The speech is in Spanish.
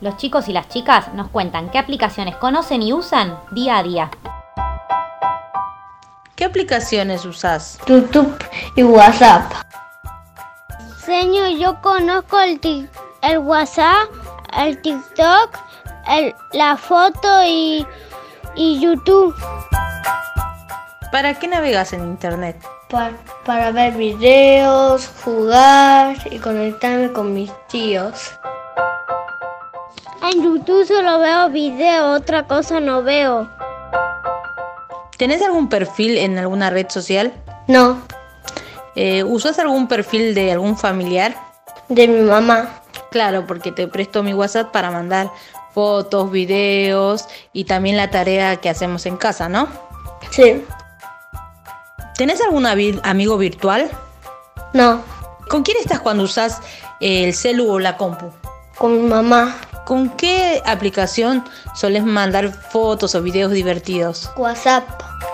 Los chicos y las chicas nos cuentan qué aplicaciones conocen y usan día a día. ¿Qué aplicaciones usás? YouTube y WhatsApp. Señor, yo conozco el, tic- el WhatsApp, el TikTok, el- la foto y, y YouTube. ¿Para qué navegas en internet? Para, para ver videos, jugar y conectarme con mis tíos. En YouTube solo veo video, otra cosa no veo. ¿Tenés algún perfil en alguna red social? No, Eh, ¿Usás algún perfil de algún familiar? de mi mamá. Claro, porque te presto mi WhatsApp para mandar fotos, videos y también la tarea que hacemos en casa, ¿no? Sí, ¿Tenés algún avi- amigo virtual? no, ¿Con quién estás cuando usás el celu o la compu? con mi mamá. ¿Con qué aplicación solés mandar fotos o videos divertidos? WhatsApp.